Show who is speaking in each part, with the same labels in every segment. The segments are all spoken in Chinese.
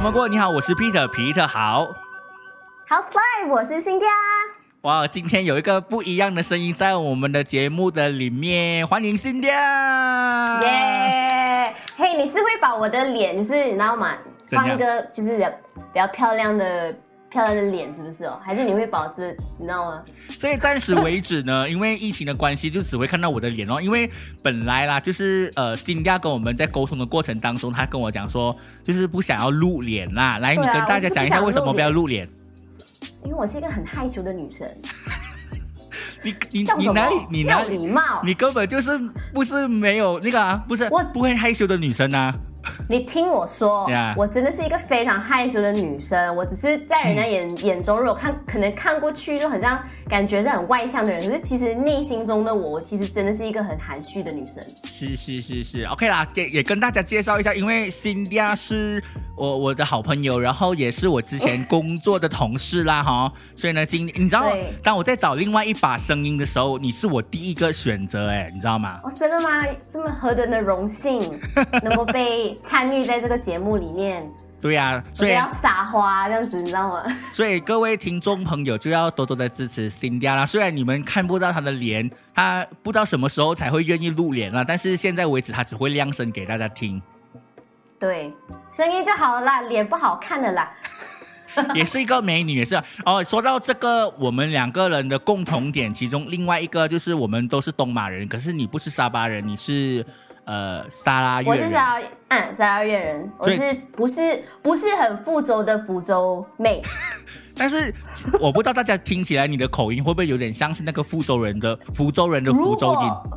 Speaker 1: 们过？你好，我是 Peter，皮特好。
Speaker 2: 好 f i 我是新家。
Speaker 1: 哇，今天有一个不一样的声音在我们的节目的里面，欢迎新亮。
Speaker 2: 耶！嘿，你是会把我的脸，就是你知道吗？
Speaker 1: 怎样
Speaker 2: 放一个就是比较漂亮的漂亮的脸，是不是哦？还是你会把我这，你知道吗？
Speaker 1: 所以暂时为止呢， 因为疫情的关系，就只会看到我的脸哦。因为本来啦，就是呃，新亚跟我们在沟通的过程当中，他跟我讲说，就是不想要露脸啦。来，你
Speaker 2: 对啊
Speaker 1: 跟大家讲一下为
Speaker 2: 我是不想
Speaker 1: 什么不要露脸？
Speaker 2: 因为我是一个很害羞的女生，
Speaker 1: 你你
Speaker 2: 叫
Speaker 1: 你
Speaker 2: 什么
Speaker 1: 哪里？你哪
Speaker 2: 要
Speaker 1: 里？
Speaker 2: 礼貌。
Speaker 1: 你根本就是不是没有那个啊，不是
Speaker 2: 我
Speaker 1: 不会害羞的女生啊。
Speaker 2: 你听我说
Speaker 1: Yeah
Speaker 2: 我真的是一个非常害羞的女生。我只是在人
Speaker 1: 嗯
Speaker 2: 家眼、眼中，如果看可能看过去就很像感觉是很外向的人，可是其实内心中的我，我其实真的是一个很含蓄的女生。
Speaker 1: 是是是是，OK 啦，也也跟大家介绍一下，因为辛迪亚是我我的好朋友，然后也是我之前工作的同事 啦哈，所以呢，今你知道
Speaker 2: 对，
Speaker 1: 当我在找另外一把声音的时候，你是我第一个选择，哎，你知道吗？
Speaker 2: 哦，真的吗？这么何等的 荣幸，能够被参与在这个节目里面，
Speaker 1: 对呀、
Speaker 2: 我
Speaker 1: 所
Speaker 2: 不
Speaker 1: 以
Speaker 2: 要撒花这样子，你知道吗？
Speaker 1: 所以各位听众朋友就要多多的支持辛迪亚啦，虽然你们看不到他的脸，他不知道什么时候才会愿意露脸啦，但是现在为止他只会亮声给大家听。
Speaker 2: 对，声音就好了啦，脸不好看的啦。
Speaker 1: 也是一个美女，也是哦。说到这个，我们两个人的共同点，其中另外一个就是我们都是东马人，可是你不是沙巴人，你是呃沙拉越
Speaker 2: 我是
Speaker 1: 人。
Speaker 2: 沙拉，嗯，沙拉越人，我
Speaker 1: 所以
Speaker 2: 是不是不是很福州的福州妹？
Speaker 1: 但是我不知道大家听起来你的口音会不会有点像是那个福州人的福州人的福州音？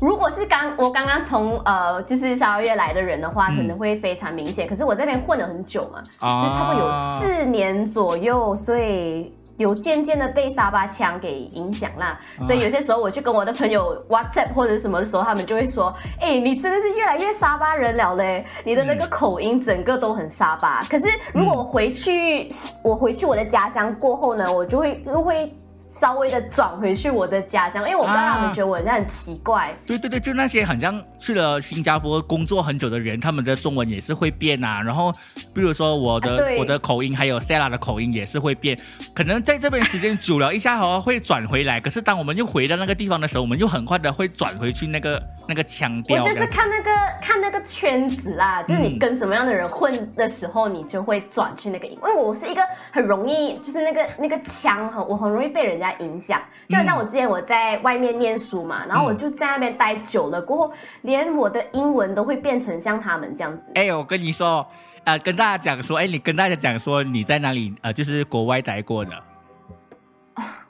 Speaker 2: 如果是刚我刚刚从呃就是沙拉越来的人的话，
Speaker 1: 嗯
Speaker 2: 可能会非常明显。可是我这边混了很久嘛，
Speaker 1: 啊
Speaker 2: 就差不多有四年左右，所以有渐渐的被沙巴腔给影响啦。
Speaker 1: 啊
Speaker 2: 所以有些时候我去跟我的朋友 WhatsApp 或者是什么的时候，他们就会说：“哎、你真的是越来越沙巴人了嘞，你的那
Speaker 1: 嗯
Speaker 2: 个口音整个都很沙巴。”可是如果我回去，我回去我的家乡过后呢，我就会又会。稍微的转回去我的家乡，因为我不知道他
Speaker 1: 啊
Speaker 2: 们觉得我好像很奇怪，
Speaker 1: 对对对，就那些很像去了新加坡工作很久的人，他们的中文也是会变啊。然后，比如说我
Speaker 2: 啊
Speaker 1: 的、
Speaker 2: 对
Speaker 1: 我的口音，还有 Stella 的口音也是会变。可能在这边时间久了，一下哦 会转回来。可是当我们又回到那个地方的时候，我们又很快的会转回去那个那个腔
Speaker 2: 我
Speaker 1: 调。
Speaker 2: 就
Speaker 1: 这
Speaker 2: 是
Speaker 1: 样子
Speaker 2: 看那个看那个圈子啦，就是
Speaker 1: 嗯
Speaker 2: 你跟什么样的人混的时候，你就会转去那个音。因为我是一个很容易，就是那个那个腔很，我很容易被人家影响。就好像
Speaker 1: 嗯
Speaker 2: 我之前我在外面念书嘛，然后我就在那边待久了，过后连我的英文都会变成像他们这样子。
Speaker 1: 哎，我跟你说，呃，跟大家讲说，哎，你跟大家讲说你在哪里？呃，就是国外待过的。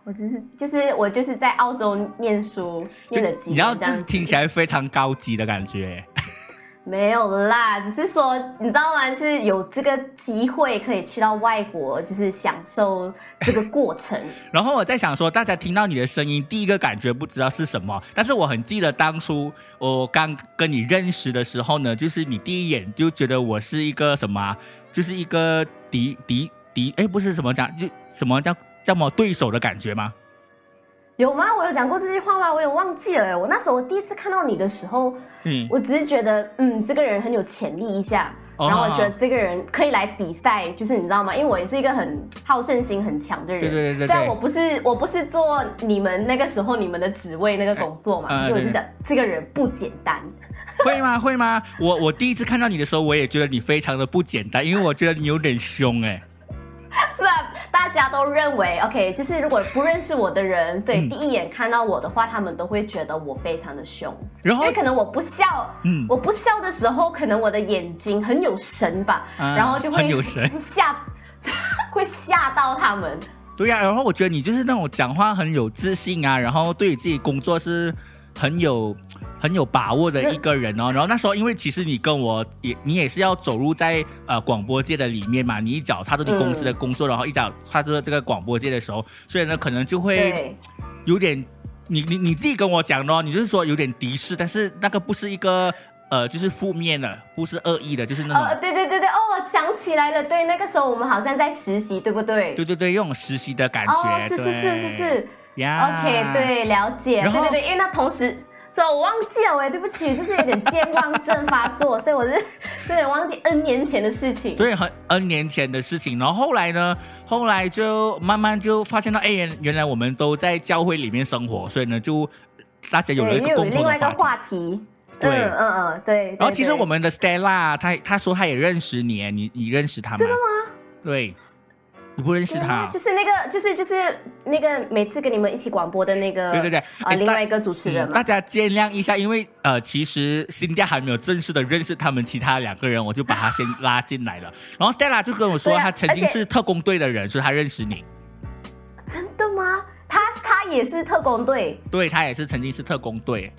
Speaker 2: 我只是就是我就是在澳洲念书
Speaker 1: 就
Speaker 2: 念了几
Speaker 1: 你要
Speaker 2: 年
Speaker 1: 就
Speaker 2: 这
Speaker 1: 是
Speaker 2: 样
Speaker 1: 听
Speaker 2: 子。
Speaker 1: 起来非常高级的感觉。
Speaker 2: 没有啦，只是说你知道吗？就是有这个机会可以去到外国，就是享受这个过程。
Speaker 1: 然后我在想说，大家听到你的声音，第一个感觉不知道是什么，但是我很记得当初我刚跟你认识的时候呢，就是你第一眼就觉得我是一个什么啊，就是一个敌敌敌，哎，不是什么讲，就什么叫叫什么对手的感觉吗？
Speaker 2: 有吗？我有讲过这句话吗？我有忘记了耶。我那时候我第一次看到你的时候，
Speaker 1: 嗯，
Speaker 2: 我只是觉得，嗯，这个人很有潜力一下，
Speaker 1: 哦
Speaker 2: 然后我觉得这个人可以来比赛，就是你知道吗？因为我也是一个很好胜心很强的人，
Speaker 1: 对对对对
Speaker 2: 虽然我不是我不是做你们那个时候你们的职位那个工作嘛，
Speaker 1: 哎
Speaker 2: 所以我
Speaker 1: 对
Speaker 2: 就讲这个人不简单。
Speaker 1: 会吗？会吗？我我第一次看到你的时候，我也觉得你非常的不简单，因为我觉得你有点凶哎、
Speaker 2: 虽然大家都认为 OK，就是如果不认识我的人，所以
Speaker 1: 嗯
Speaker 2: 第一眼看到我的话，他们都会觉得我非常的凶。
Speaker 1: 然后
Speaker 2: 因为可能我不笑，
Speaker 1: 嗯
Speaker 2: 我不笑的时候，可能我的眼睛很有神吧，
Speaker 1: 啊
Speaker 2: 然后就会
Speaker 1: 很有神
Speaker 2: 吓， 会吓到他们。
Speaker 1: 对呀、然后我觉得你就是那种讲话很有自信啊，然后对于自己工作是很有很有把握的一个人哦。然后那时候，因为其实你跟我也你也是要走入在呃广播界的里面嘛，你一脚踏入你公司的工作，然后一脚踏入这个广播界的时候，所以呢，可能就会
Speaker 2: 对，
Speaker 1: 有点你你你自己跟我讲的哦，你就是说有点敌视，但是那个不是一个呃就是负面的，不是恶意的，就是那种。
Speaker 2: 呃，对对对对，哦，我想起来了，对，那个时候我们好像在实习，对不对？
Speaker 1: 对对对，那种实习的感觉，
Speaker 2: 哦哦，是是是是是
Speaker 1: 呀
Speaker 2: ，OK，对，了解，
Speaker 1: 然
Speaker 2: 对
Speaker 1: 后
Speaker 2: 对对，因为那同时。所以我忘记了，我也哎对不起，就是有点健忘症发作，所以我是 有点忘记 N 年前的事情。
Speaker 1: 所以很 N 年前的事情，然后后来呢，后来就慢慢就发现到，哎，原原来我们都在教会里面生活，所以呢，就大家有了一
Speaker 2: 对，又
Speaker 1: 个
Speaker 2: 有
Speaker 1: 共同
Speaker 2: 另外
Speaker 1: 的
Speaker 2: 一个
Speaker 1: 话题。
Speaker 2: 话题。
Speaker 1: 对
Speaker 2: 嗯嗯嗯，对。
Speaker 1: 然后
Speaker 2: 对
Speaker 1: 其实
Speaker 2: 对
Speaker 1: 我们的 Stella，她她说她也认识你，你你认识她吗？真的吗？对，你不认识她
Speaker 2: 嗯就？是那个，就是就是那个每次跟你们一起广播的那个，
Speaker 1: 对对对
Speaker 2: 啊、
Speaker 1: 哎
Speaker 2: 另
Speaker 1: 大
Speaker 2: 外一个主持人
Speaker 1: 嗯
Speaker 2: 嘛
Speaker 1: 大，家见谅一下，因为呃，其实新调还没有正式的认识他们其他两个人，我就把他先拉进来了。然后 Stella 就跟我说，
Speaker 2: 对啊
Speaker 1: 她曾经
Speaker 2: 而且
Speaker 1: 是特工队的人，所以她认识你。
Speaker 2: 真的吗？他他也是特工队，
Speaker 1: 对，她也是曾经是特工队。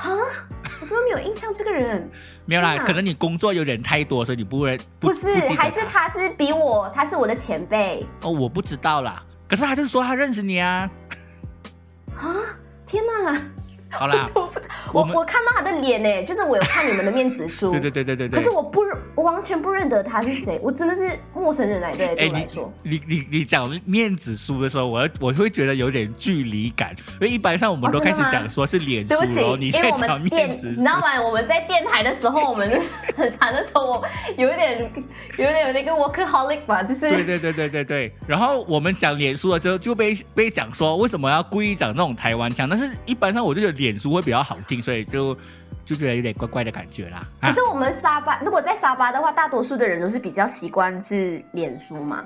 Speaker 2: 我怎么没有印象这个人？
Speaker 1: 没有啦，
Speaker 2: 天啊
Speaker 1: 可能你工作有点太多，所以你不认不
Speaker 2: 不是
Speaker 1: 不记，得
Speaker 2: 还是他是比我，他是我的前辈。
Speaker 1: 哦，我不知道啦。可是他就说他认识你啊。
Speaker 2: 天哪！，
Speaker 1: 好啦
Speaker 2: 我不知
Speaker 1: 我
Speaker 2: 我
Speaker 1: 们
Speaker 2: 我看到他的脸呢，就是我有看你们的面子书，
Speaker 1: 对对对对对
Speaker 2: 可
Speaker 1: 对
Speaker 2: 是。我不我完全不认得他是谁，我真的是陌生人来的，对我来说。
Speaker 1: 哎你你你你讲面子书的时候，我我会觉得有点距离感，因为一般上我们
Speaker 2: 哦
Speaker 1: 都开始
Speaker 2: 真的吗
Speaker 1: 讲说是脸书
Speaker 2: 对不
Speaker 1: 然后
Speaker 2: 起，
Speaker 1: 你
Speaker 2: 因
Speaker 1: 现
Speaker 2: 为
Speaker 1: 在
Speaker 2: 我
Speaker 1: 讲
Speaker 2: 们电，
Speaker 1: 面子
Speaker 2: 你
Speaker 1: 书
Speaker 2: 知，道吗？我们在电台的时候，我们 很长的时候，我有一点有一点有那个 workaholic 吧，就是
Speaker 1: 对对对对对对。然后我们讲脸书的时候就被被讲说为什么要故意讲那种台湾腔，但是一般上我就觉得脸书会比较好听，所以就就觉得有点怪怪的感觉啦。啊
Speaker 2: 可是我们沙巴，如果在沙巴的话，大多数的人都是比较习惯是脸书嘛。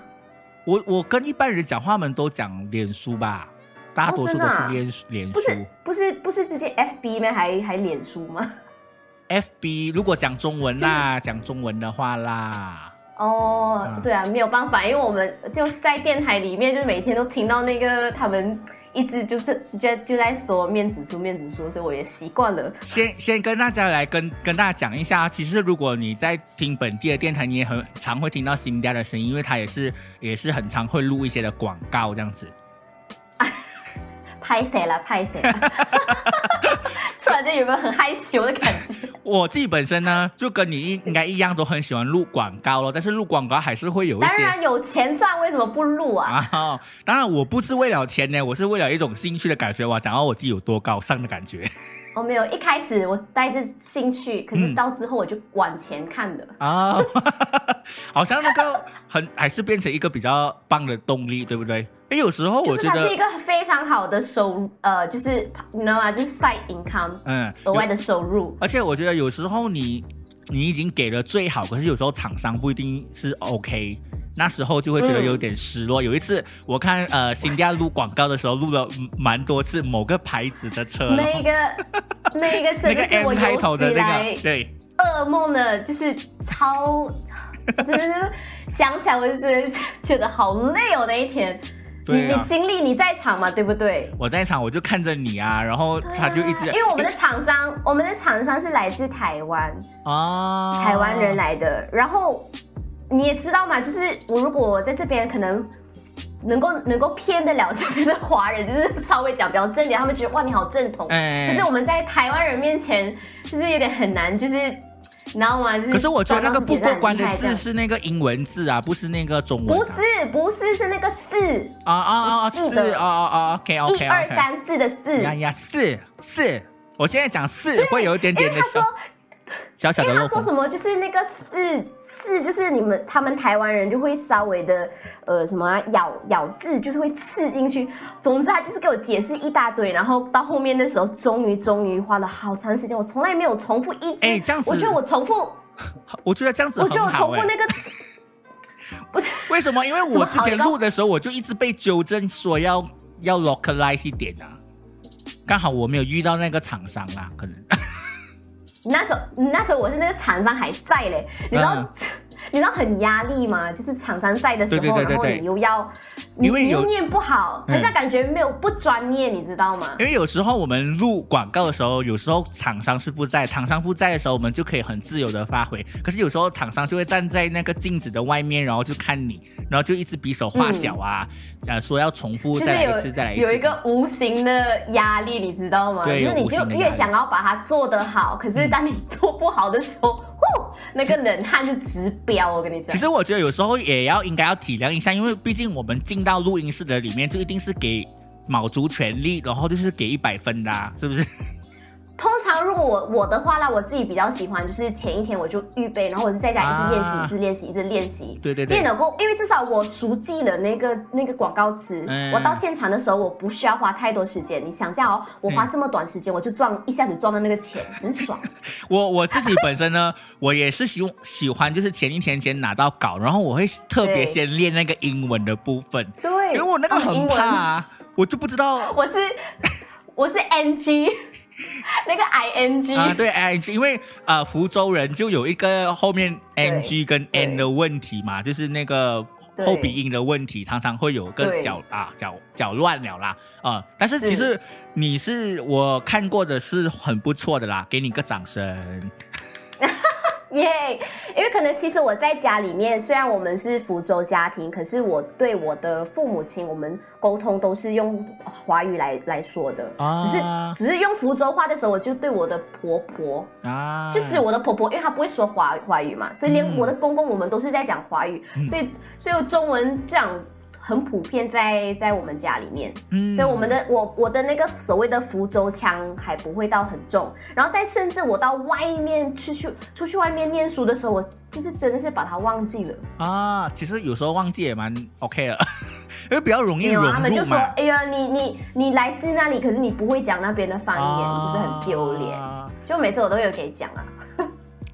Speaker 1: 我我跟一般人讲话，他们都讲脸书吧，大多
Speaker 2: 哦
Speaker 1: 数都是脸书、脸
Speaker 2: 啊不
Speaker 1: 书。
Speaker 2: 是不是不是直接 FB 吗？还还脸书吗？
Speaker 1: FB 如果讲中文啦，讲中文的话啦，
Speaker 2: 哦、
Speaker 1: 啊
Speaker 2: 对啊，没有办法，因为我们就是在电台里面，就是每天都听到那个他们一直就是直接就在说面子书面子书，所以我也习惯了。
Speaker 1: 先先跟大家来跟跟大家讲一下，其实如果你在听本地的电台，你也很常会听到新家的声音，因为它也是也是很常会录一些的广告这样子。
Speaker 2: 拍谁啦？拍谁啦？ 突然间有没有很害羞的感觉？
Speaker 1: 我自己本身呢，就跟你一应该一样，都很喜欢录广告咯，但是录广告还是会有一
Speaker 2: 当
Speaker 1: 些。
Speaker 2: 然啊有钱赚，为什么不录 啊？
Speaker 1: 啊，当然我不是为了钱呢，我是为了一种兴趣的感觉，哇，讲到我自己有多高尚的感觉。
Speaker 2: 我、哦没有，一开始我带着兴趣，可是
Speaker 1: 嗯
Speaker 2: 到之后我就往前看的。
Speaker 1: 啊， 好像那个很还是变成一个比较棒的动力，对不对？哎，有时候我
Speaker 2: 就
Speaker 1: 觉
Speaker 2: 是它是一
Speaker 1: 得，
Speaker 2: 个非常好的收，呃，就是你知道吗？就是 side income，
Speaker 1: 嗯，
Speaker 2: 额外
Speaker 1: 有
Speaker 2: 的收入。
Speaker 1: 而且我觉得有时候你你已经给了最好，可是有时候厂商不一定是 OK。那时候就会觉得
Speaker 2: 嗯
Speaker 1: 有点失落。有一次我看呃新家录广告的时候，录了蛮多次某个牌子的车，然
Speaker 2: 那
Speaker 1: 后
Speaker 2: 个那个
Speaker 1: 呃那
Speaker 2: 真
Speaker 1: 个
Speaker 2: 的是
Speaker 1: M
Speaker 2: 我
Speaker 1: 开头
Speaker 2: 有
Speaker 1: 的
Speaker 2: 史以
Speaker 1: 那
Speaker 2: 来
Speaker 1: 个，对，
Speaker 2: 噩梦的，就是超， 真的是想起来我就真的觉得好累哦那一天。你
Speaker 1: 对啊
Speaker 2: 你经历你在场嘛，对不对？
Speaker 1: 我在场我就看着你啊，然后他就一直哎
Speaker 2: 对啊因为我们的厂商，我们的厂商是来自台湾，
Speaker 1: 啊，
Speaker 2: 台湾人来的。然后你也知道嘛，就是我如果在这边可能能够能够骗得了这边的华人，就是稍微讲比较正点，他们觉得哇你好正统。
Speaker 1: 哎，
Speaker 2: 可是我们在台湾人面前，就是有点很难，就是你知道吗？就是
Speaker 1: 可是我觉得那个
Speaker 2: 装
Speaker 1: 不
Speaker 2: 到自己
Speaker 1: 过
Speaker 2: 很
Speaker 1: 关
Speaker 2: 厉
Speaker 1: 的
Speaker 2: 害这
Speaker 1: 字
Speaker 2: 样
Speaker 1: 是那个英文字啊，不是那个中文、
Speaker 2: 不
Speaker 1: 啊。
Speaker 2: 是不是是那个四
Speaker 1: 啊啊啊
Speaker 2: 字
Speaker 1: 是
Speaker 2: 的
Speaker 1: 啊啊啊，OK
Speaker 2: 一
Speaker 1: OK
Speaker 2: 二
Speaker 1: OK。
Speaker 2: 三四的四，
Speaker 1: 呀呀，四四，我现在讲四会有一点点的小小小
Speaker 2: 因
Speaker 1: 的
Speaker 2: 为他
Speaker 1: 漏
Speaker 2: 说
Speaker 1: 风。
Speaker 2: 什么就是那个四四，就是你们他们台湾人就会稍微的呃什么啊咬咬字，就是会刺进去。总之他就是给我解释一大堆，然后到后面的时候，终于终于花了好长时间，我从来没有重复一字。
Speaker 1: 哎这样子
Speaker 2: 我觉得我重复，
Speaker 1: 我觉得这样子
Speaker 2: 我觉得
Speaker 1: 很
Speaker 2: 我
Speaker 1: 好
Speaker 2: 重
Speaker 1: 哎、
Speaker 2: 复那个
Speaker 1: 为什么？因为
Speaker 2: 什
Speaker 1: 我
Speaker 2: 么
Speaker 1: 之
Speaker 2: 好
Speaker 1: 前
Speaker 2: 你告诉
Speaker 1: 录的时候，我就一直被纠正说要要 localize 一点啊。刚好我没有遇到那个厂商啦，可能
Speaker 2: 那时候，那时候我是那个厂商还在嘞，你知道，
Speaker 1: 嗯
Speaker 2: 你知道很压力吗？就是厂商在的时候，
Speaker 1: 对对对对对
Speaker 2: 然后你又要，你
Speaker 1: 因为
Speaker 2: 你
Speaker 1: 有
Speaker 2: 又念不好，
Speaker 1: 嗯
Speaker 2: 人家感觉没有不专业，你知道吗？
Speaker 1: 因为有时候我们录广告的时候，有时候厂商是不在，厂商不在的时候，我们就可以很自由的发挥。可是有时候厂商就会站在那个镜子的外面，然后就看你，然后就一直比手画脚啊，呃，说要重复
Speaker 2: 就
Speaker 1: 再
Speaker 2: 是
Speaker 1: 来一次，再来一
Speaker 2: 有
Speaker 1: 次。
Speaker 2: 有一个无形的压力，你知道吗？就
Speaker 1: 对
Speaker 2: 是
Speaker 1: 有
Speaker 2: 你
Speaker 1: 无
Speaker 2: 就
Speaker 1: 形的压
Speaker 2: 越
Speaker 1: 力
Speaker 2: 想要把它做得好，可是当你做不好的时候， 呼，那个冷汗就直飙。我跟你讲
Speaker 1: 其，实我觉得有时候也要应该要体谅一下，因为毕竟我们进到录音室的里面，就一定是给卯足全力，然后就是给一百分的、啊，是不是？
Speaker 2: 通常如果我我的话啦，我自己比较喜欢就是前一天我就预备，然后我就在家一直练习，
Speaker 1: 啊
Speaker 2: 一直练习，一直练习。
Speaker 1: 对对对
Speaker 2: 练了过，因为至少我熟记了那个那个广告词，
Speaker 1: 嗯
Speaker 2: 我到现场的时候我不需要花太多时间。你想象哦，我
Speaker 1: 嗯
Speaker 2: 花这么短时间，我就赚一下子赚到那个钱，很爽。
Speaker 1: 我我自己本身呢， 我也是喜喜欢，就是前一天先拿到稿，然后我会特别
Speaker 2: 对
Speaker 1: 先练那个英文的部分，
Speaker 2: 对，
Speaker 1: 因为我那个
Speaker 2: 哦
Speaker 1: 很
Speaker 2: 英文
Speaker 1: 怕、啊，我就不知道
Speaker 2: 我是我是 NG，那个 ING，、
Speaker 1: 啊，对 ing，因为呃，福州人就有一个后面 ng 跟
Speaker 2: 对
Speaker 1: n 的问题嘛，就是那个
Speaker 2: 对
Speaker 1: 后鼻音的问题，常常会有个
Speaker 2: 对
Speaker 1: 搅啊搅搅乱了啦啊、但是
Speaker 2: 是
Speaker 1: 其实你是我看过的是很不错的啦，给你个掌声。
Speaker 2: 耶因为可能其实我在家里面，虽然我们是福州家庭，可是我对我的父母亲，我们沟通都是用华语来来说的，
Speaker 1: 啊
Speaker 2: 只是只是用福州话的时候，我就对我的婆婆，
Speaker 1: 啊，
Speaker 2: 就只有我的婆婆，因为她不会说华华语嘛，所以连
Speaker 1: 嗯
Speaker 2: 我的公公我们都是在讲华语，所以所以中文这样很普遍在在我们家里面。
Speaker 1: 嗯
Speaker 2: 所以我们的我我的那个所谓的福州腔还不会到很重，然后再甚至我到外面去去出去外面念书的时候，我就是真的是把它忘记了。
Speaker 1: 啊，其实有时候忘记也蛮 OK 了， 因为比较容易
Speaker 2: 没有
Speaker 1: 融
Speaker 2: 啊，他们就
Speaker 1: 入
Speaker 2: 说
Speaker 1: 嘛，，
Speaker 2: 哎呀，你你你来自那里，可是你不会讲那边的方言，就是很丢脸。
Speaker 1: 啊
Speaker 2: 就每次我都有给讲啊，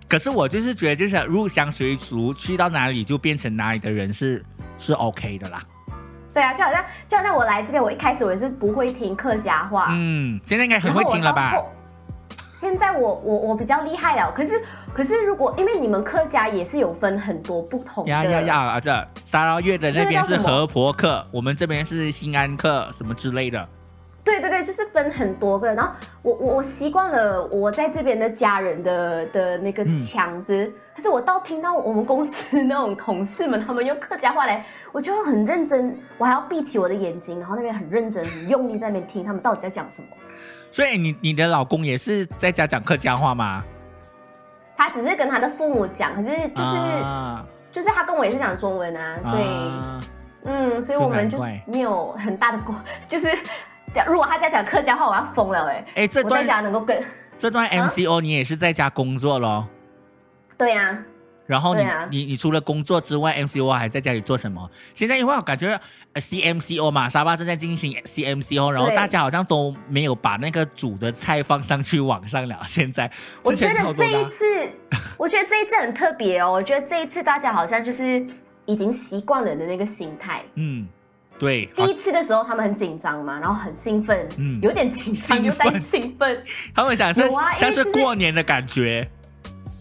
Speaker 1: 可是我就是觉得，就是入乡随俗，去到哪里就变成哪里的人是是 OK 的啦。
Speaker 2: 对啊，就好像就好像我来这边，我一开始我也是不会听客家话，
Speaker 1: 嗯，现在应该很
Speaker 2: 然后
Speaker 1: 会
Speaker 2: 我
Speaker 1: 听了吧
Speaker 2: 到？后？现在我我我比较厉害了，可是可是如果因为你们客家也是有分很多不同的
Speaker 1: 呀呀呀！啊，这沙捞越的那边是河婆客，我们这边是新安客什么之类的。
Speaker 2: 对对对，就是分很多个。然后我我我习惯了我在这边的家人的的那个
Speaker 1: 嗯
Speaker 2: 腔之，可是我到听到我们公司那种同事们他们用客家话来，我就会很认真，我还要闭起我的眼睛，然后那边很认真、很用力在那边听他们到底在讲什么。
Speaker 1: 所以你你的老公也是在家讲客家话吗？
Speaker 2: 他只是跟他的父母讲，可是就是、
Speaker 1: 啊
Speaker 2: 就是他跟我也是讲中文啊，所以、
Speaker 1: 啊
Speaker 2: 嗯，所以
Speaker 1: 这
Speaker 2: 我们
Speaker 1: 难
Speaker 2: 就
Speaker 1: 怪
Speaker 2: 没有很大的过，就是如果他在讲客家话，我要疯了哎、
Speaker 1: 哎、这
Speaker 2: 我在啊
Speaker 1: 段
Speaker 2: 家能够跟
Speaker 1: 这段 MCO 你也是在家工作咯。
Speaker 2: 对啊。
Speaker 1: 然后你、
Speaker 2: 对啊
Speaker 1: 你你除了工作之外，MCO 还在家里做什么？现在因为我感觉呃 CMCO 嘛，沙巴正在进行 CMCO，然后
Speaker 2: 对
Speaker 1: 大家好像都没有把那个煮的菜放上去网上了。现在
Speaker 2: 我
Speaker 1: 之
Speaker 2: 觉
Speaker 1: 前
Speaker 2: 得
Speaker 1: 超多
Speaker 2: 这
Speaker 1: 的
Speaker 2: 一
Speaker 1: 啊
Speaker 2: 次，我觉得这一次很特别哦。我觉得这一次大家好像就是已经习惯了的那个心态。
Speaker 1: 嗯，对，
Speaker 2: 第
Speaker 1: 好，
Speaker 2: 一次的时候，他们很紧张嘛，然后很兴奋，
Speaker 1: 嗯
Speaker 2: 有点紧
Speaker 1: 兴奋
Speaker 2: 张又带兴奋，
Speaker 1: 他们想是、
Speaker 2: 有啊因为
Speaker 1: 像是
Speaker 2: 就是
Speaker 1: 过年的感觉，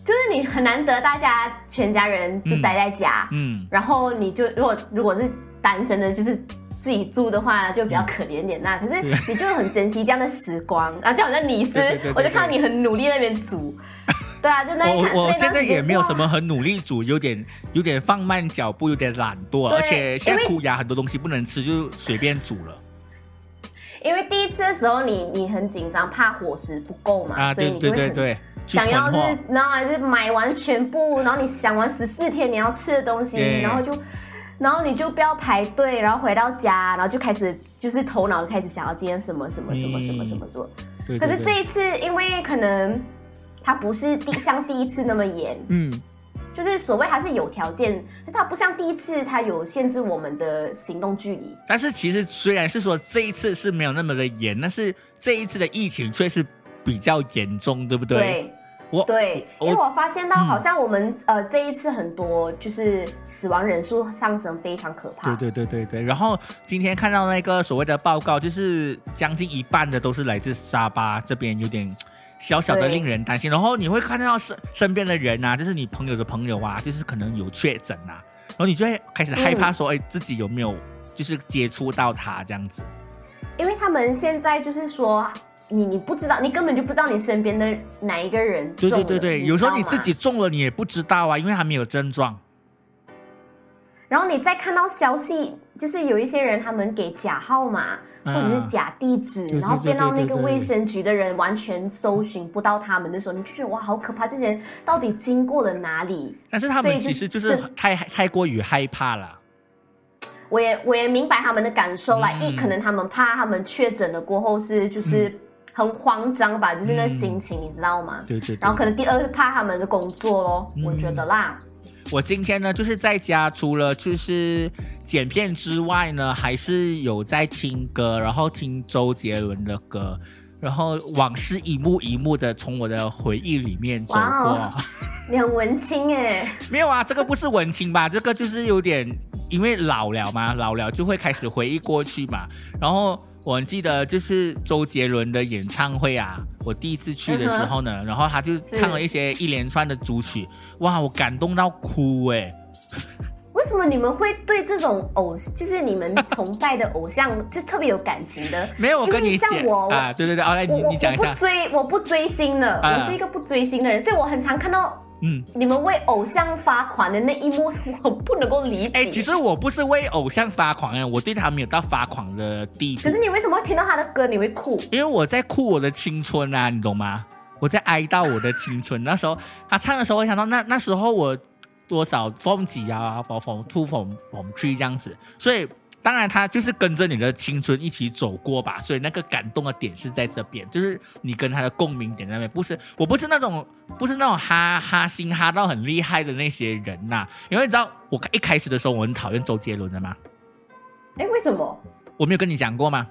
Speaker 2: 就是你很难得大家全家人就待在家，
Speaker 1: 嗯，
Speaker 2: 然后你就如果如果是单身的，就是自己住的话就比较可怜点啦。可是你就很珍惜这样的时光啊，就好像你是
Speaker 1: 嗯对对对对，
Speaker 2: 我就看到你很努力在那边煮，对啊，就那一
Speaker 1: 我我
Speaker 2: 看那
Speaker 1: 我
Speaker 2: 段
Speaker 1: 现在
Speaker 2: 时间
Speaker 1: 也没有
Speaker 2: 哇
Speaker 1: 什么很努力煮，有点有点放慢脚步，有点懒惰，
Speaker 2: 对
Speaker 1: 而且现在
Speaker 2: 因为
Speaker 1: 苦牙很多东西不能吃，就随便煮了
Speaker 2: 因为第一次的时候你，你很紧张，怕伙食不够嘛，
Speaker 1: 啊，
Speaker 2: 所以
Speaker 1: 对
Speaker 2: 你
Speaker 1: 对
Speaker 2: 就会
Speaker 1: 对
Speaker 2: 很
Speaker 1: 对，去
Speaker 2: 想
Speaker 1: 囤
Speaker 2: 要
Speaker 1: 货
Speaker 2: 是，，然后还是买完全部，然后你想完十四天你要吃的东西
Speaker 1: Yeah
Speaker 2: 然后就，然后你就不要排队，然后回到家，然后就开始就是头脑就开始想要今天什么什么什么什么什么什么。
Speaker 1: 对对
Speaker 2: 可是
Speaker 1: 对
Speaker 2: 这一次，因为可能它不是第像第一次那么严，
Speaker 1: 嗯
Speaker 2: 就是所谓它是有条件，但是它不像第一次它有限制我们的行动距离。
Speaker 1: 但是其实虽然是说这一次是没有那么的严，但是这一次的疫情却是比较严重，对不对？
Speaker 2: 对
Speaker 1: 我
Speaker 2: 对，
Speaker 1: 嗯我
Speaker 2: 因为我发现到好像我们、呃这一次很多就是死亡人数上升非常可怕。
Speaker 1: 对对对对
Speaker 2: 嗯
Speaker 1: 对。然后今天看到那个所谓的报告，就是将近一半的都是来自沙巴这边，有点小小的
Speaker 2: 对
Speaker 1: 令人担心。然后你会看到身身边的人啊，就是你朋友的朋友啊，就是可能有确诊啊，然后你就会开始害怕说，哎，自己有没有就是接触到他这样子。
Speaker 2: 因为他们现在就是说你你不知道，你根本就不知道你身边的哪一个人
Speaker 1: 对
Speaker 2: 中
Speaker 1: 对
Speaker 2: 了
Speaker 1: 对对，
Speaker 2: 你
Speaker 1: 有时候
Speaker 2: 知
Speaker 1: 你
Speaker 2: 道
Speaker 1: 自
Speaker 2: 吗
Speaker 1: 己中了，你也不知道啊，因为还没有症状。
Speaker 2: 然后你再看到消息，就是有一些人他们给假号码
Speaker 1: 啊
Speaker 2: 或者是假地址，
Speaker 1: 对
Speaker 2: 然后
Speaker 1: 对对
Speaker 2: 变到
Speaker 1: 对
Speaker 2: 那个
Speaker 1: 对对
Speaker 2: 卫生局的人完全搜寻不到他们的时候，你就觉得哇好可怕，这些人到底经过了哪里？
Speaker 1: 但是他
Speaker 2: 所
Speaker 1: 们
Speaker 2: 以就
Speaker 1: 其实就是
Speaker 2: 这
Speaker 1: 太太过于害怕了。
Speaker 2: 我也我也明白他们的感受啦，
Speaker 1: 嗯
Speaker 2: 一可能他们怕他们确诊了过后是就是很慌张吧，就是那
Speaker 1: 嗯
Speaker 2: 心情，你知道吗？
Speaker 1: 对对对。
Speaker 2: 然后可能第二是怕他们的工作咯，
Speaker 1: 嗯
Speaker 2: 我觉得啦，
Speaker 1: 我今天呢，就是在家除了就是剪片之外呢，还是有在听歌，然后听周杰伦的歌，然后往事一幕一幕的从我的回忆里面走
Speaker 2: 哇
Speaker 1: 过。
Speaker 2: 哦你很文青哎，
Speaker 1: 没有啊，这个不是文青吧？这个就是有点，因为老了嘛，老了就会开始回忆过去嘛。然后我很记得就是周杰伦的演唱会啊，我第一次去的时候
Speaker 2: 嗯
Speaker 1: 呢，然后他就唱了一些一连串的主曲，哇，我感动到哭哎、
Speaker 2: 为什么你们会对这种偶，就是你们崇拜的偶像就特别有感情的？
Speaker 1: 没有，我跟
Speaker 2: 因
Speaker 1: 你
Speaker 2: 为
Speaker 1: 讲
Speaker 2: 像我
Speaker 1: 啊，对对对，哦， 来你
Speaker 2: 我我
Speaker 1: 你讲一
Speaker 2: 我
Speaker 1: 下
Speaker 2: 不，追，我不追星的，
Speaker 1: 啊
Speaker 2: 我是一个不追星的人，所以我很常看到
Speaker 1: 嗯。
Speaker 2: 你们为偶像发款的那一幕， 我不能够理解。
Speaker 1: 哎，其实我不是为偶像发狂哎，我对他没有到发狂的地步
Speaker 2: 可，是你为什么会听到他的歌你会哭？
Speaker 1: 因为我在哭我的青春啊，你懂吗？我在哀悼我的青春。那时候他唱的时候，我想到那那时候我多少 form 几啊，form form two form form three 这样子，所以当然他就是跟着你的青春一起走过吧，所以那个感动的点是在这边，就是你跟他的共鸣点在那边，不是我不是那种不是那种哈哈心哈到很厉害的那些人呐、因为你知道我一开始的时候我很讨厌周杰伦的嘛，
Speaker 2: 哎，为什么？
Speaker 1: 我没有跟你讲过吗？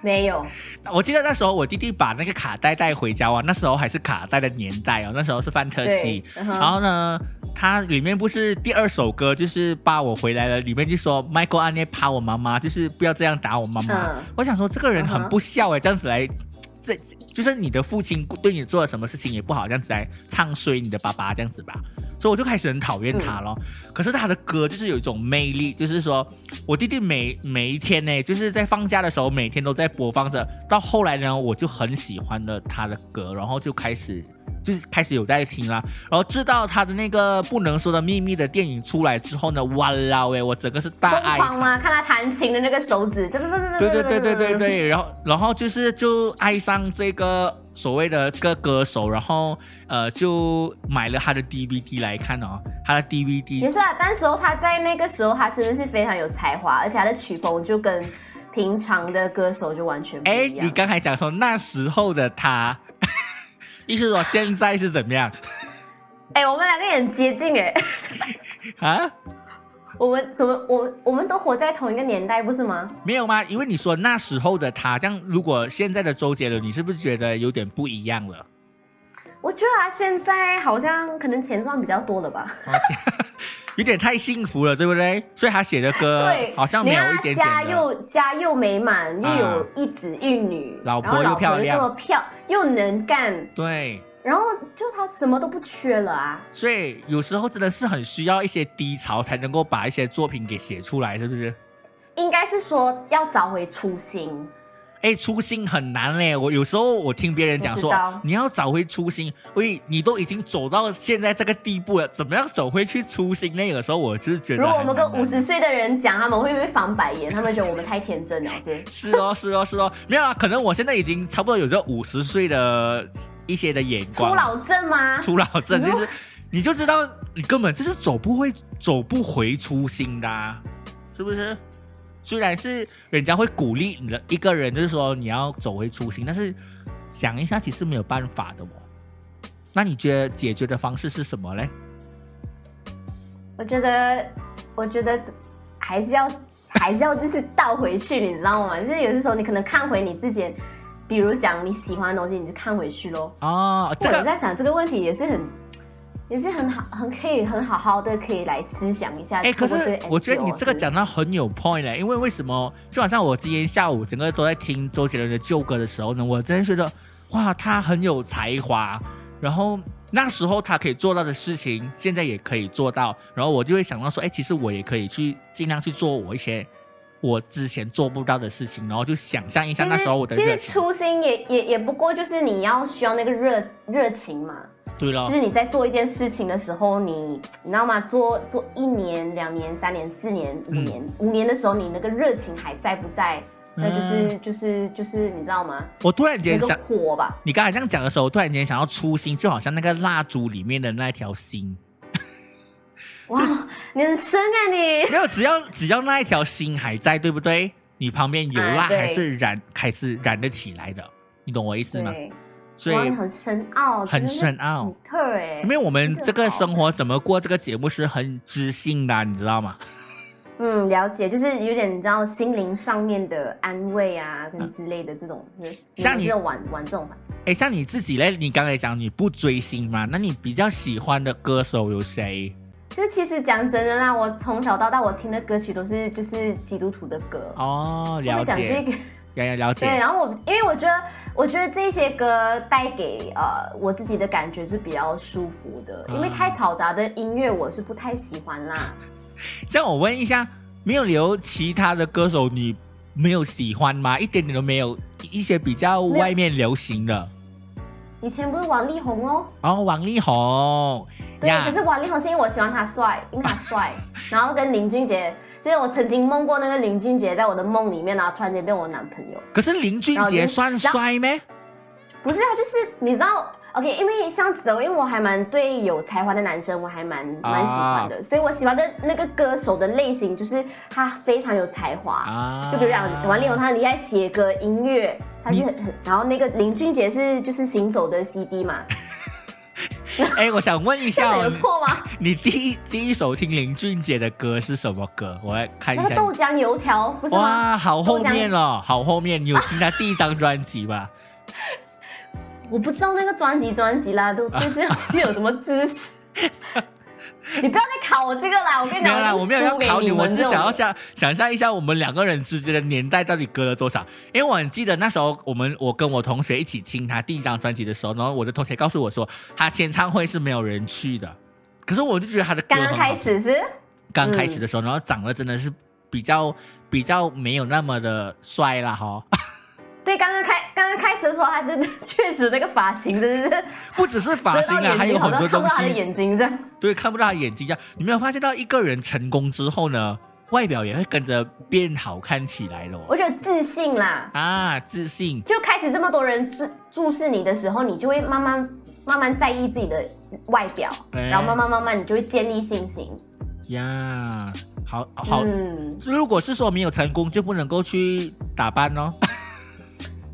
Speaker 2: 没有，
Speaker 1: 我记得那时候我弟弟把那个卡带带回家哇，那时候还是卡带的年代哦，那时候是范特西
Speaker 2: 对。，嗯然
Speaker 1: 然后呢，它里面不是第二首歌就是《爸我回来了》，里面就说 Michael 暗恋怕我妈妈，就是不要这样打我妈妈。
Speaker 2: 嗯
Speaker 1: 我想说这个人很
Speaker 2: 嗯哼
Speaker 1: 不孝哎、这样子来，这这就是你的父亲对你做了什么事情也不好，这样子来唱衰你的爸爸这样子吧。所以我就开始很讨厌
Speaker 2: 嗯
Speaker 1: 他咯。可是他的歌就是有一种魅力，就是说我弟弟每每一天呢，就是在放假的时候，每天都在播放着。到后来呢，我就很喜欢了他的歌，然后就开始就是开始有在听啦。然后知道他的那个不能说的秘密的电影出来之后呢，哇啦喂，我整个是大
Speaker 2: 疯
Speaker 1: 爱
Speaker 2: 狂
Speaker 1: 他。
Speaker 2: 吗？看他弹琴的那个手指，
Speaker 1: 对
Speaker 2: 对
Speaker 1: 对对对对，对，然后然后就是就爱上这个所谓的这个歌手，然后呃就买了他的 DVD 来看哦，他的 DVD
Speaker 2: 也是啊。但时候他在那个时候，他真的是非常有才华，而且他的曲风就跟平常的歌手就完全不
Speaker 1: 哎，
Speaker 2: 一
Speaker 1: 你
Speaker 2: 样。
Speaker 1: 刚才讲说那时候的他， 意思说现在是怎么样
Speaker 2: 哎，我们两个也很接近哎，
Speaker 1: 啊？
Speaker 2: 我们怎么我我们都活在同一个年代不是吗？
Speaker 1: 没有吗？因为你说那时候的他，这样如果现在的周杰伦，你是不是觉得有点不一样了？
Speaker 2: 我觉得他现在好像可能钱赚比较多了吧。
Speaker 1: 而且 有点太幸福了，对不对？所以他写的歌
Speaker 2: 对，
Speaker 1: 呃好像没有一点
Speaker 2: 你看他
Speaker 1: 点的。
Speaker 2: 家又家又美满，又
Speaker 1: 啊
Speaker 2: 有一子一女，
Speaker 1: 老婆
Speaker 2: 然后
Speaker 1: 又漂亮
Speaker 2: 又这么漂又能干，
Speaker 1: 对，
Speaker 2: 然后就他什么都不缺了啊。
Speaker 1: 所以有时候真的是很需要一些低潮，才能够把一些作品给写出来，是不是？
Speaker 2: 应该是说要找回初心，
Speaker 1: 哎，初心很难嘞。我有时候我听别人讲说
Speaker 2: 我知道，
Speaker 1: 你要找回初心，喂，你都已经走到现在这个地步了，怎么样走回去初心呢？有时候我就是觉得
Speaker 2: 如果我
Speaker 1: 很
Speaker 2: 们跟
Speaker 1: 难
Speaker 2: 五十岁的人讲，他们会不会翻白眼？他们觉得我们太天真了，是？
Speaker 1: 是哦，是哦，是哦，没有啊，可能我现在已经差不多有这五十岁的一些的眼
Speaker 2: 初
Speaker 1: 光，
Speaker 2: 老症吗？
Speaker 1: 初老症
Speaker 2: 你说
Speaker 1: 就是，你就知道你根本就是走不会，走不回初心的啊、是不是？虽然是人家会鼓励你的一个人，就是说你要走回初心，但是想一下，其实没有办法的哦。那你觉得解决的方式是什么嘞？
Speaker 2: 我觉得，我觉得还是要，还是要就是倒回去，你知道吗？就是有些时候你可能看回你自己，比如讲你喜欢的东西，你就看回去咯。
Speaker 1: 哦，这
Speaker 2: 我有
Speaker 1: 个
Speaker 2: 在想这个问题也是很，也是很好，很可以很好好的可以来思想一下。
Speaker 1: 哎，可
Speaker 2: 透过
Speaker 1: 是
Speaker 2: 个
Speaker 1: 我觉得你
Speaker 2: NGO
Speaker 1: 这个讲到很有 point 嘞，因为为什么？就好像我今天下午整个都在听周杰伦的旧歌的时候呢，我真的觉得哇，他很有才华。然后那时候他可以做到的事情，现在也可以做到。然后我就会想到说，哎，其实我也可以去尽量去做哎我一些我之前做不到的事情，然后就想象一
Speaker 2: 其
Speaker 1: 下
Speaker 2: 实
Speaker 1: 那时候我的
Speaker 2: 其
Speaker 1: 热
Speaker 2: 实
Speaker 1: 情。
Speaker 2: 初心也也也不过就是你要需要那个热热情嘛，
Speaker 1: 对咯
Speaker 2: 就是，你在做一件事情的时候，你你知道吗？做做一年、两年、三年、四年、五
Speaker 1: 嗯
Speaker 2: 年，五年的时候，你那个热情还在不在？那就是、就是就是你知道吗？
Speaker 1: 我突然
Speaker 2: 那
Speaker 1: 间
Speaker 2: 个
Speaker 1: 想，
Speaker 2: 火吧，
Speaker 1: 你刚才这样讲的时候，我突然间想到初心，就好像那个蜡烛里面的那条心。
Speaker 2: 哇，你很深啊你！
Speaker 1: 没有，只要只要那一条心还在，对不对？你旁边有辣
Speaker 2: 啊对
Speaker 1: 还是燃，还是燃得起来的，你懂我意思吗？
Speaker 2: 对，
Speaker 1: 所
Speaker 2: 哇
Speaker 1: 以
Speaker 2: 很深
Speaker 1: 很
Speaker 2: 奥，真的是
Speaker 1: 深奥
Speaker 2: 很特哎
Speaker 1: 因，为我们这个生活怎么过这个节目是很知性的啊、你知道吗？
Speaker 2: 嗯，了解，就是有点你知道心灵上面的安慰啊，跟之类的这种，就是
Speaker 1: 嗯像你
Speaker 2: 们这种玩玩这种吧，
Speaker 1: 哎，像你自己嘞，你刚才讲你不追星嘛，那你比较喜欢的歌手有谁？
Speaker 2: 就是其实讲真的啦，我从小到大我听的歌曲都是就是基督徒的歌，
Speaker 1: 哦，
Speaker 2: 他
Speaker 1: 了
Speaker 2: 们讲这
Speaker 1: 解，
Speaker 2: 个。
Speaker 1: 呀呀，了解
Speaker 2: 对，，然后我因为我觉得，我觉得这些歌带给呃我自己的感觉是比较舒服的，因为
Speaker 1: 啊
Speaker 2: 太嘈杂的音乐我是不太喜欢啦。
Speaker 1: 这样我问一下，没有留其他的歌手，你没有喜欢吗？一点点都没有，一些比较
Speaker 2: 没有
Speaker 1: 外面流行的，
Speaker 2: 以前不是王力宏哦，
Speaker 1: 哦，王力宏
Speaker 2: 对，可是王力宏是因为我喜欢他帅，因为他帅， 然后跟林俊杰，就是我曾经梦过那个林俊杰在我的梦里面，然后突然间变我男朋友，
Speaker 1: 可是林俊
Speaker 2: 然后
Speaker 1: 杰
Speaker 2: 林
Speaker 1: 算帅咩？
Speaker 2: 不是他就是你知道。OK，因为上次的，因为我还蛮对有才华的男生，我还蛮蛮喜欢
Speaker 1: 啊
Speaker 2: 的，所以我喜欢的那个歌手的类型就是他非常有才华，
Speaker 1: 啊
Speaker 2: 就比如讲王力宏，他很厉害写歌、音乐，他是
Speaker 1: 你
Speaker 2: 很很，然后那个林俊杰是就是行走的 CD 嘛，
Speaker 1: 哎，我想问一
Speaker 2: 这
Speaker 1: 下
Speaker 2: 样
Speaker 1: 哦，
Speaker 2: 有错吗？
Speaker 1: 你你第一第一首听林俊杰的歌是什么歌？我来看
Speaker 2: 那
Speaker 1: 一
Speaker 2: 个
Speaker 1: 下。
Speaker 2: 豆浆油条不是吗？
Speaker 1: 哇，好后面了，好后面，你有听他第一张专辑吧？
Speaker 2: 我不知道那个专辑专辑啦，都就是 没有什么 知识。你不要再考我这个啦！我跟你
Speaker 1: 没有
Speaker 2: 讲，
Speaker 1: 啦，
Speaker 2: 已经
Speaker 1: 我没有要
Speaker 2: 输给
Speaker 1: 考你，我
Speaker 2: 们
Speaker 1: 只
Speaker 2: 这
Speaker 1: 是
Speaker 2: 种
Speaker 1: 想要想想象一下我们两个人之间的年代到底隔了多少。因为我很记得那时候我们我跟我同学一起听他第一张专辑的时候，然后我的同学告诉我说，他签唱会是没有人去的。可是我就觉得他的歌
Speaker 2: 刚
Speaker 1: 很
Speaker 2: 刚
Speaker 1: 好
Speaker 2: 开
Speaker 1: 听
Speaker 2: 始嗯是
Speaker 1: 刚开始的时候，然后长得真的是比较比较没有那么的帅啦哈。
Speaker 2: 对，刚刚开刚刚开始的时候，他真的 确实那个发型真的是
Speaker 1: 不只是发型
Speaker 2: 遮到
Speaker 1: 啦，
Speaker 2: 眼睛
Speaker 1: 还有
Speaker 2: 好
Speaker 1: 很
Speaker 2: 像
Speaker 1: 多
Speaker 2: 看
Speaker 1: 东
Speaker 2: 不到他的
Speaker 1: 西，
Speaker 2: 眼睛这样。
Speaker 1: 对，看不到他眼睛这样。啊你没有发现到一个人成功之后呢，外表也会跟着变好看起来哦咯。
Speaker 2: 我觉得自信啦，
Speaker 1: 啊，自信，
Speaker 2: 就开始这么多人注注视你的时候，你就会慢慢慢慢在意自己的外表，
Speaker 1: 哎
Speaker 2: 然后慢慢慢慢你就会建立信心。
Speaker 1: 呀，好好。
Speaker 2: 嗯，
Speaker 1: 如果是说没有成功，就不能够去打扮哦。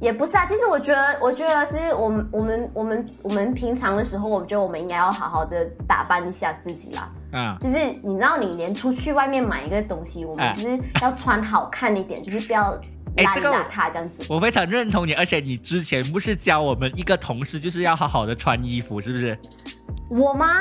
Speaker 2: 也不是啊。其实我觉得，我觉得是我们我们我们我们平常的时候，我觉得我们应该要好好的打扮一下自己啦。
Speaker 1: 啊，
Speaker 2: 就是你知道，你连出去外面买一个东西，我
Speaker 1: 哎
Speaker 2: 们就是要穿好看一点，就是不要
Speaker 1: 哎
Speaker 2: 邋
Speaker 1: 这
Speaker 2: 里
Speaker 1: 个
Speaker 2: 邋遢这样子。
Speaker 1: 我非常认同你，而且你之前不是教我们一个同事就是要好好的穿衣服，是不是？
Speaker 2: 我吗？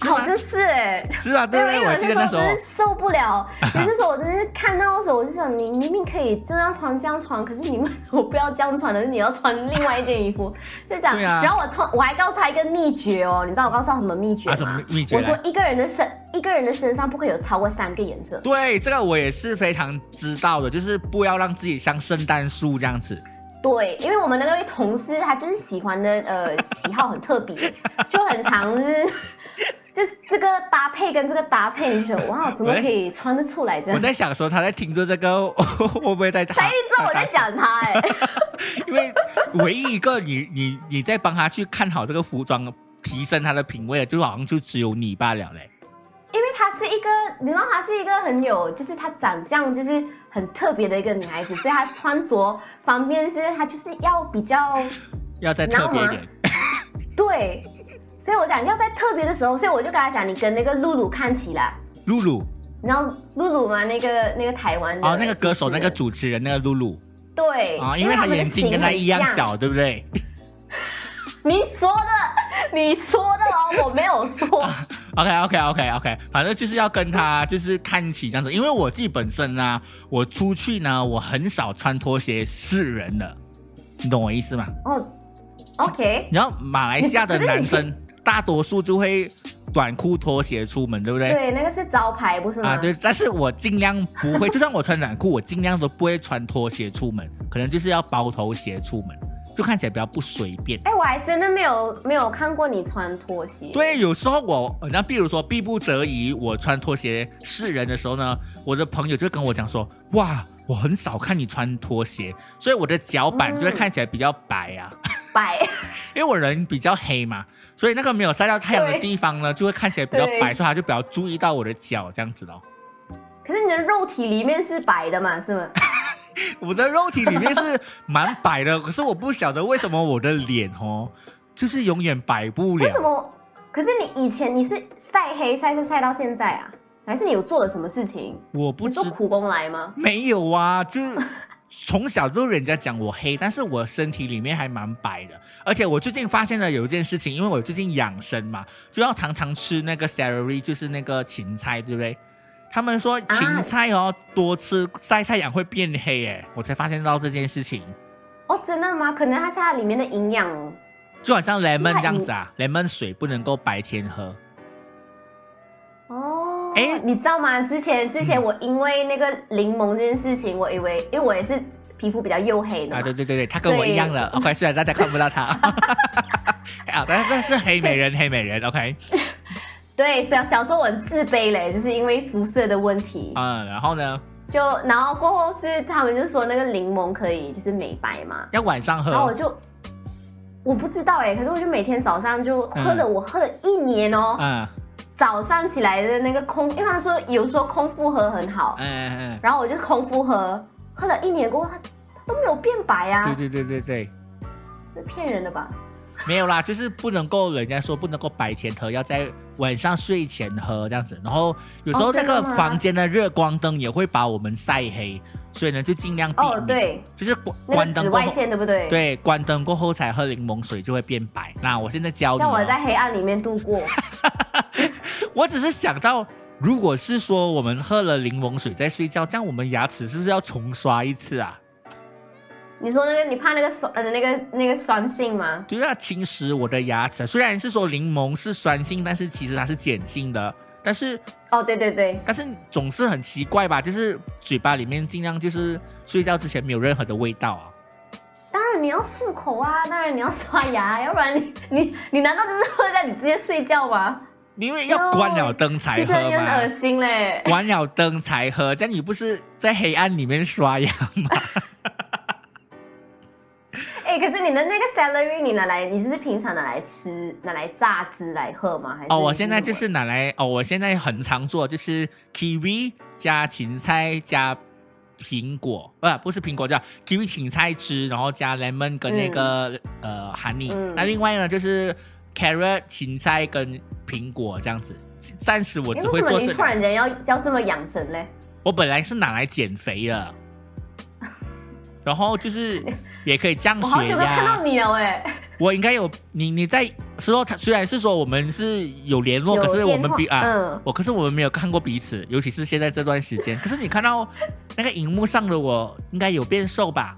Speaker 1: 是吗
Speaker 2: 好像是哎、
Speaker 1: 是啊，对不
Speaker 2: 对，因为
Speaker 1: 对？
Speaker 2: 有
Speaker 1: 我记得那时候
Speaker 2: 真是受不了， 有些时候我真是看到的时候，我就想，你明明可以这样穿这样穿，可是你为什么不要这样穿呢？你要穿另外一件衣服， 就这样。
Speaker 1: 对啊
Speaker 2: 然后我通我还告诉他一个秘诀哦，你知道我告诉他什么秘诀
Speaker 1: 啊
Speaker 2: 吗？
Speaker 1: 什么秘秘诀
Speaker 2: 我说
Speaker 1: 来
Speaker 2: 一个人的身一个人的身上不可以有超过三个颜色。
Speaker 1: 对，这个我也是非常知道的，就是不要让自己像圣诞树这样 子。
Speaker 2: 对，因为我们那位同事他就是喜欢的呃喜好 很特别，就很常就是。就是这个搭配跟这个搭配，你就觉得哇，怎么
Speaker 1: 我在
Speaker 2: 可以穿得出来这
Speaker 1: 我
Speaker 2: 样？
Speaker 1: 在想说，他在听着这个 会不会在他？
Speaker 2: 他一直知道我在讲他哎、
Speaker 1: 他，因为唯一一个你你你在帮他去看好这个服装，提升他的品味的，就好像就只有你罢了嘞。
Speaker 2: 因为她是一个，你知道她是一个很有，就是她长相就是很特别的一个女孩子，所以她穿着方面是她就是要比较
Speaker 1: 要再特别一点，
Speaker 2: 对，所以我讲要在特别的时候，所以我就跟她讲，你跟那个露露看齐啦，
Speaker 1: 露露
Speaker 2: 你知道露露吗？那个那个台湾的
Speaker 1: 哦，那个歌手，
Speaker 2: 主
Speaker 1: 那
Speaker 2: 持人
Speaker 1: 个主持人，那个露露
Speaker 2: 对
Speaker 1: 啊，因为他
Speaker 2: 们的
Speaker 1: 眼睛跟
Speaker 2: 型
Speaker 1: 他
Speaker 2: 很
Speaker 1: 一样
Speaker 2: 像
Speaker 1: 小，对不对？
Speaker 2: 你说的，你说的哦，我没 有说。
Speaker 1: OK OK OK OK，反正就是要跟他就是看齐这样子，因为我自己本身呢、我出去呢，我很少穿拖鞋示人的，你懂我意思吗？
Speaker 2: 哦，OK，
Speaker 1: 然后马来西亚的男生大多数就会短裤拖鞋出门，对不对？
Speaker 2: 对，那个是招牌不是吗？
Speaker 1: 啊，对，但是我尽量不会，就算我穿短裤，我尽量都不会穿拖鞋出门，可能就是要包头鞋出门，就看起来比较不随便。
Speaker 2: 哎、我还真的没有没有看过你穿拖鞋。
Speaker 1: 对，有时候我，好像比如说，逼不得已，我穿拖鞋示人的时候呢，我的朋友就跟我讲说，哇，我很少看你穿拖鞋，所以我的脚板就会
Speaker 2: 嗯
Speaker 1: 看起来比较白啊，
Speaker 2: 白，
Speaker 1: 因为我人比较黑嘛，所以那个没有晒到太阳的
Speaker 2: 对
Speaker 1: 地方呢，就会看起来比较
Speaker 2: 对
Speaker 1: 白，所以他就比较注意到我的脚这样子咯。啊
Speaker 2: 可是你的肉体里面是白的嘛，是吗？
Speaker 1: 我的肉体里面是蛮白的，可是我不晓得为什么我的脸哦，就是永远白不了。
Speaker 2: 为什么？可是你以前你是晒黑晒晒晒到现在啊？还是你有做了什么事情？
Speaker 1: 我不
Speaker 2: 你
Speaker 1: 知
Speaker 2: 做苦工来吗？
Speaker 1: 没有啊，就是从小都人家讲我黑，但是我身体里面还蛮白的。而且我最近发现了有一件事情，因为我最近养生嘛，就要常常吃那个 celery，就是那个芹菜，对不对？他们说芹菜哦，多吃晒太阳会变黑，哎，我才发现到这件事情，
Speaker 2: 哦，真的吗？可能它是它里面的营养
Speaker 1: 就好像
Speaker 2: 芹
Speaker 1: lemon
Speaker 2: 菜
Speaker 1: 这样子啊，lemon 水不能够白天喝，
Speaker 2: 哦。
Speaker 1: 哎
Speaker 2: 你知道吗？之前之前
Speaker 1: 嗯
Speaker 2: 我因为那个柠檬这件事情，我以为因为我也是皮肤比较黝黑的嘛，
Speaker 1: 啊，对对对对，他跟我
Speaker 2: 所以
Speaker 1: 一样 的。OK，虽然大家看不到他， 啊，但是是黑美人，黑美人。OK，
Speaker 2: 对，小小时候我很自卑嘞，就是因为肤色的问题。
Speaker 1: 嗯，然后呢，
Speaker 2: 就然后过后是他们就说那个柠檬可以就是美白嘛，
Speaker 1: 要晚上喝。
Speaker 2: 然后我就我不知道哎、可是我就每天早上就喝了，我喝了一年哦、
Speaker 1: 嗯
Speaker 2: 早上起来的那个空，因为他说有时候空腹喝很好，
Speaker 1: 嗯嗯
Speaker 2: 然后我就空腹喝，喝了一年过后它它都没有变白啊
Speaker 1: 嗯，，对对对对对，
Speaker 2: 这骗人的吧？
Speaker 1: 没有啦，就是不能够，人家说不能够白天喝，要在晚上睡前喝这样子。然后有时候
Speaker 2: 哦
Speaker 1: 那
Speaker 2: 真的
Speaker 1: 个
Speaker 2: 吗
Speaker 1: 房间的热光灯也会把我们晒黑，所以呢就尽量避
Speaker 2: 哦
Speaker 1: 免，，
Speaker 2: 对，
Speaker 1: 就是关
Speaker 2: 那
Speaker 1: 关
Speaker 2: 个紫
Speaker 1: 灯过
Speaker 2: 外
Speaker 1: 后，
Speaker 2: 线对不对？，
Speaker 1: 对，关灯过后才喝柠檬水就会变白。那我现在教你、
Speaker 2: 让
Speaker 1: 哦，
Speaker 2: 我在黑暗里面度过。
Speaker 1: 我只是想到，如果是说我们喝了柠檬水再睡觉，这样我们牙齿是不是要重刷一次啊？
Speaker 2: 你说那个你怕那个酸呃那个那个酸性吗？
Speaker 1: 就是要侵蚀我的牙齿。虽然是说柠檬是酸性，但是其实它是碱性的。但是
Speaker 2: 哦，对对对，
Speaker 1: 但是总是很奇怪吧？就是嘴巴里面尽量就是睡觉之前没有任何的味道啊。
Speaker 2: 当然你要漱口啊，当然你要刷牙， 要不然你你你难道就是会在你直接睡觉吗？
Speaker 1: 因为要关了灯才
Speaker 2: 你
Speaker 1: 喝
Speaker 2: 真的很恶
Speaker 1: 嘛，
Speaker 2: 心嘞。
Speaker 1: 关了灯才喝，这样你不是在黑暗里面刷牙吗？
Speaker 2: 哎，可是你的那个 celery 你拿来，你就是平常拿来吃，拿来榨汁来喝吗？还是
Speaker 1: 哦，
Speaker 2: 你
Speaker 1: 我现在就
Speaker 2: 怎么
Speaker 1: 是拿来哦，我现在很常做就是 kiwi 加芹菜加苹果，不、不是苹果叫 kiwi 芹菜汁，然后加 lemon 跟那个、呃 honey、
Speaker 2: 嗯
Speaker 1: 那另外呢就是 carrot 芹菜跟苹果这样子。暂时我
Speaker 2: 哎
Speaker 1: 只会做
Speaker 2: 为什
Speaker 1: 这
Speaker 2: 么你突
Speaker 1: 个，
Speaker 2: 然间要要这么养生嘞？
Speaker 1: 我本来是拿来减肥的，然后就是也可以降
Speaker 2: 我好
Speaker 1: 血
Speaker 2: 久没有看
Speaker 1: 压
Speaker 2: 到。你了哎、
Speaker 1: 我应该有你你在说他虽然是说我们是有联络，
Speaker 2: 有
Speaker 1: 可是我们比
Speaker 2: 电话
Speaker 1: 啊，
Speaker 2: 嗯
Speaker 1: 我可是我们没有看过彼此，尤其是现在这段时间。可是你看到那个荧幕上的我，应该有变瘦吧？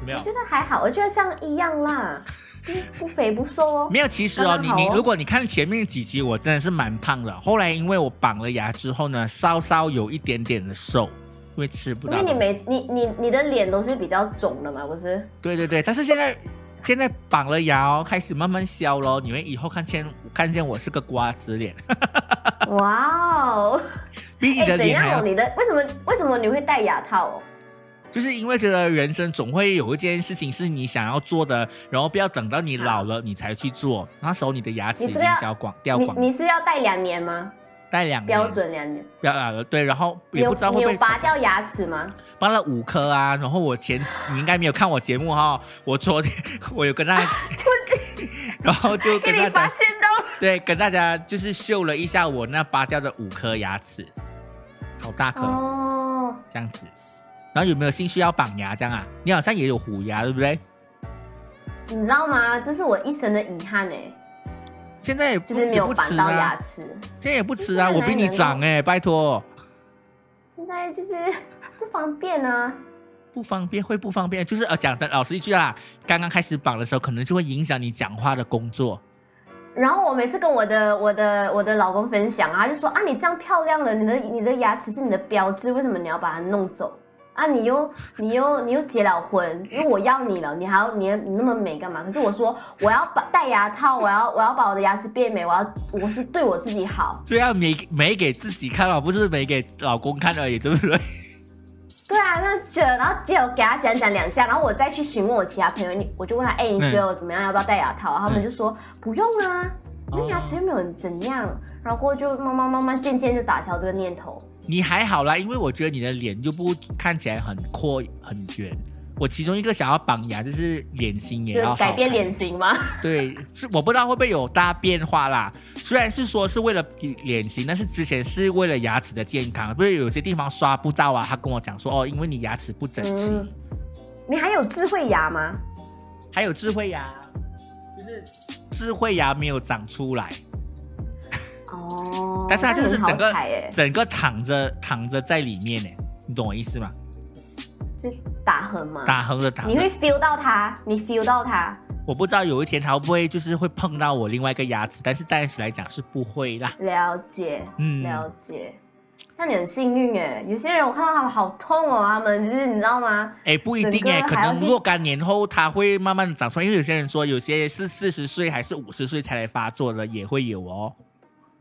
Speaker 1: 有没有
Speaker 2: 我？觉得还好，我觉得像一样啦， 不不肥不瘦哦
Speaker 1: 没。有，其实哦，
Speaker 2: 刚
Speaker 1: 你
Speaker 2: 刚好
Speaker 1: 你
Speaker 2: 哦
Speaker 1: 如果你看前面几集，我真的是蛮胖的。后来因为我绑了牙之后呢，稍稍有一点点的瘦，因为吃不
Speaker 2: 因
Speaker 1: 到
Speaker 2: 为
Speaker 1: 东西。
Speaker 2: 你每你你你的脸都是比较肿的嘛，不 是？
Speaker 1: 对对对，但是现在现在绑了牙哦，开始慢慢消咯。你们以后看见看见我是个瓜子脸，
Speaker 2: 哇哦！
Speaker 1: 比你的
Speaker 2: 怎
Speaker 1: 脸还
Speaker 2: 样
Speaker 1: 要
Speaker 2: 哦？你的为什么为什么你会戴牙套哦？
Speaker 1: 就是因为觉得人生总会有一件事情是你想要做的，然后不要等到你老了你才去做，那时候你的牙齿已
Speaker 2: 你
Speaker 1: 经
Speaker 2: 这个要
Speaker 1: 掉光掉
Speaker 2: 你
Speaker 1: 光，
Speaker 2: 你是要戴两年吗？
Speaker 1: 戴两年
Speaker 2: 标准两年。
Speaker 1: 标啊对，然后
Speaker 2: 你
Speaker 1: 嗯也
Speaker 2: 有
Speaker 1: 不知道会
Speaker 2: 你
Speaker 1: 不
Speaker 2: 有
Speaker 1: 会
Speaker 2: 拔掉牙齿吗？
Speaker 1: 拔了五颗啊，然后我前你应该没有看我节目哈、我昨天我有跟大家，然后就
Speaker 2: 给
Speaker 1: 跟
Speaker 2: 你
Speaker 1: 大
Speaker 2: 发
Speaker 1: 家
Speaker 2: 现 到
Speaker 1: 对跟大家就是秀了一下我那拔掉的五颗牙齿，好大颗、
Speaker 2: 哦，
Speaker 1: 这样子，然后有没有兴趣要绑牙这样啊？你好像也有虎牙对不对？
Speaker 2: 你知道吗？这是我一生的遗憾哎，
Speaker 1: 现在也不、
Speaker 2: 就是没
Speaker 1: 也
Speaker 2: 有
Speaker 1: 不
Speaker 2: 拔
Speaker 1: 吃
Speaker 2: 到
Speaker 1: 啊
Speaker 2: 牙。齿。
Speaker 1: 现在也不吃
Speaker 2: 现在
Speaker 1: 啊，
Speaker 2: 哪里
Speaker 1: 我比你长哎、拜托，
Speaker 2: 现在就是 不方便啊。
Speaker 1: 不方便会不方便，就是呃讲的老实一句啦，刚刚开始绑的时候，可能就会影响你讲话的工作。
Speaker 2: 然后我每次跟我的我的我的老公分享啊，他就说啊，你这样漂亮了，你的你的牙齿是你的标志，为什么你要把它弄走？啊，你又你又你又结了婚，因为我要你了，你还要你你那么美干嘛？可是我说我要把戴牙套，我要我要把我的牙齿变美，我要我是对我自己好。
Speaker 1: 所以要美美给自己看哦，不是美给老公看而已，对不对？
Speaker 2: 对啊，那觉得，然后结果给他讲讲两下，然后我再去询问我其他朋友，你我就问他，哎、你
Speaker 1: 嗯
Speaker 2: 觉得我怎么样？要不要戴牙套？他们就说、不用
Speaker 1: 哦
Speaker 2: 啊，那牙齿又没有怎样。然后过后就慢慢慢慢渐渐就打消这个念头。
Speaker 1: 你还好啦，因为我觉得你的脸就不看起来很阔很圆。我其中一个想要绑牙就是脸型也
Speaker 2: 就
Speaker 1: 要
Speaker 2: 是
Speaker 1: 好
Speaker 2: 改变
Speaker 1: 看
Speaker 2: 脸型吗？
Speaker 1: 对，是我不知道会不会有大变化啦。虽然是说是为了脸型，但是之前是为了牙齿的健康，不是有些地方刷不到啊。他跟我讲说，哦，因为你牙齿不整齐。
Speaker 2: 嗯你还有智慧牙吗？
Speaker 1: 还有智慧牙，就是智慧牙没有长出来，
Speaker 2: 哦，
Speaker 1: 但是它就是
Speaker 2: 那很
Speaker 1: 整个
Speaker 2: 好彩欸耶
Speaker 1: 整个躺着躺着在里面呢，你懂我意思吗？
Speaker 2: 就是打横嘛，
Speaker 1: 打横着躺
Speaker 2: 嗯你会
Speaker 1: 着，
Speaker 2: feel 到它，你 feel 到它。
Speaker 1: 我不知道有一天它会不会就是会碰到我另外一个牙齿，但是暂时来讲是不会啦。
Speaker 2: 了解，
Speaker 1: 嗯
Speaker 2: 了解。那你很幸运哎，有些人我看到他们好痛哦，他们就是你知道吗？
Speaker 1: 哎，不一定
Speaker 2: 整个
Speaker 1: 哎，可
Speaker 2: 还要
Speaker 1: 能
Speaker 2: 去
Speaker 1: 若干年后它会慢慢长出来，因为有些人说有些是四十岁还是五十岁才来发作的也会有哦，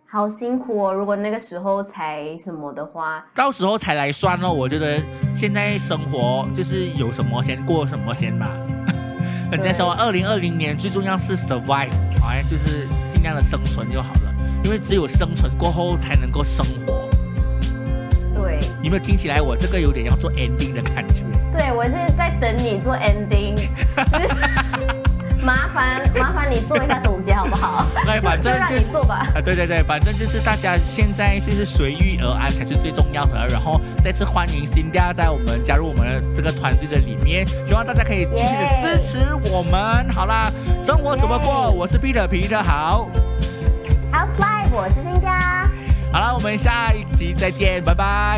Speaker 2: 好辛苦哦，如果那个时候才什么的话，
Speaker 1: 到时候才来算哦。我觉得现在生活就是有什么先过什么先吧。 人家说二零二零年最重要是 survive，好像就是尽量的生存就好了，因为只有生存过后才能够生活。
Speaker 2: 对
Speaker 1: 有没有听起来我这个有点要做 ending 的感 觉？
Speaker 2: 对，我是在等你做 ending，就是 麻烦麻烦你做一下总结好不好？
Speaker 1: 哎，反正
Speaker 2: 就让
Speaker 1: 就
Speaker 2: 你
Speaker 1: 是。
Speaker 2: 做吧。
Speaker 1: 啊，对对对，反正就是大家现在就是随遇而安才是最重要的。然后再次欢迎新调在我们加入我们的这个团队的里面，希望大家可以继续的支持我们。好啦，生活怎么过？
Speaker 2: 耶
Speaker 1: 我是 Peter 皮特好。
Speaker 2: Houseline，我是金佳。
Speaker 1: 好啦，我们下一集再见，拜拜。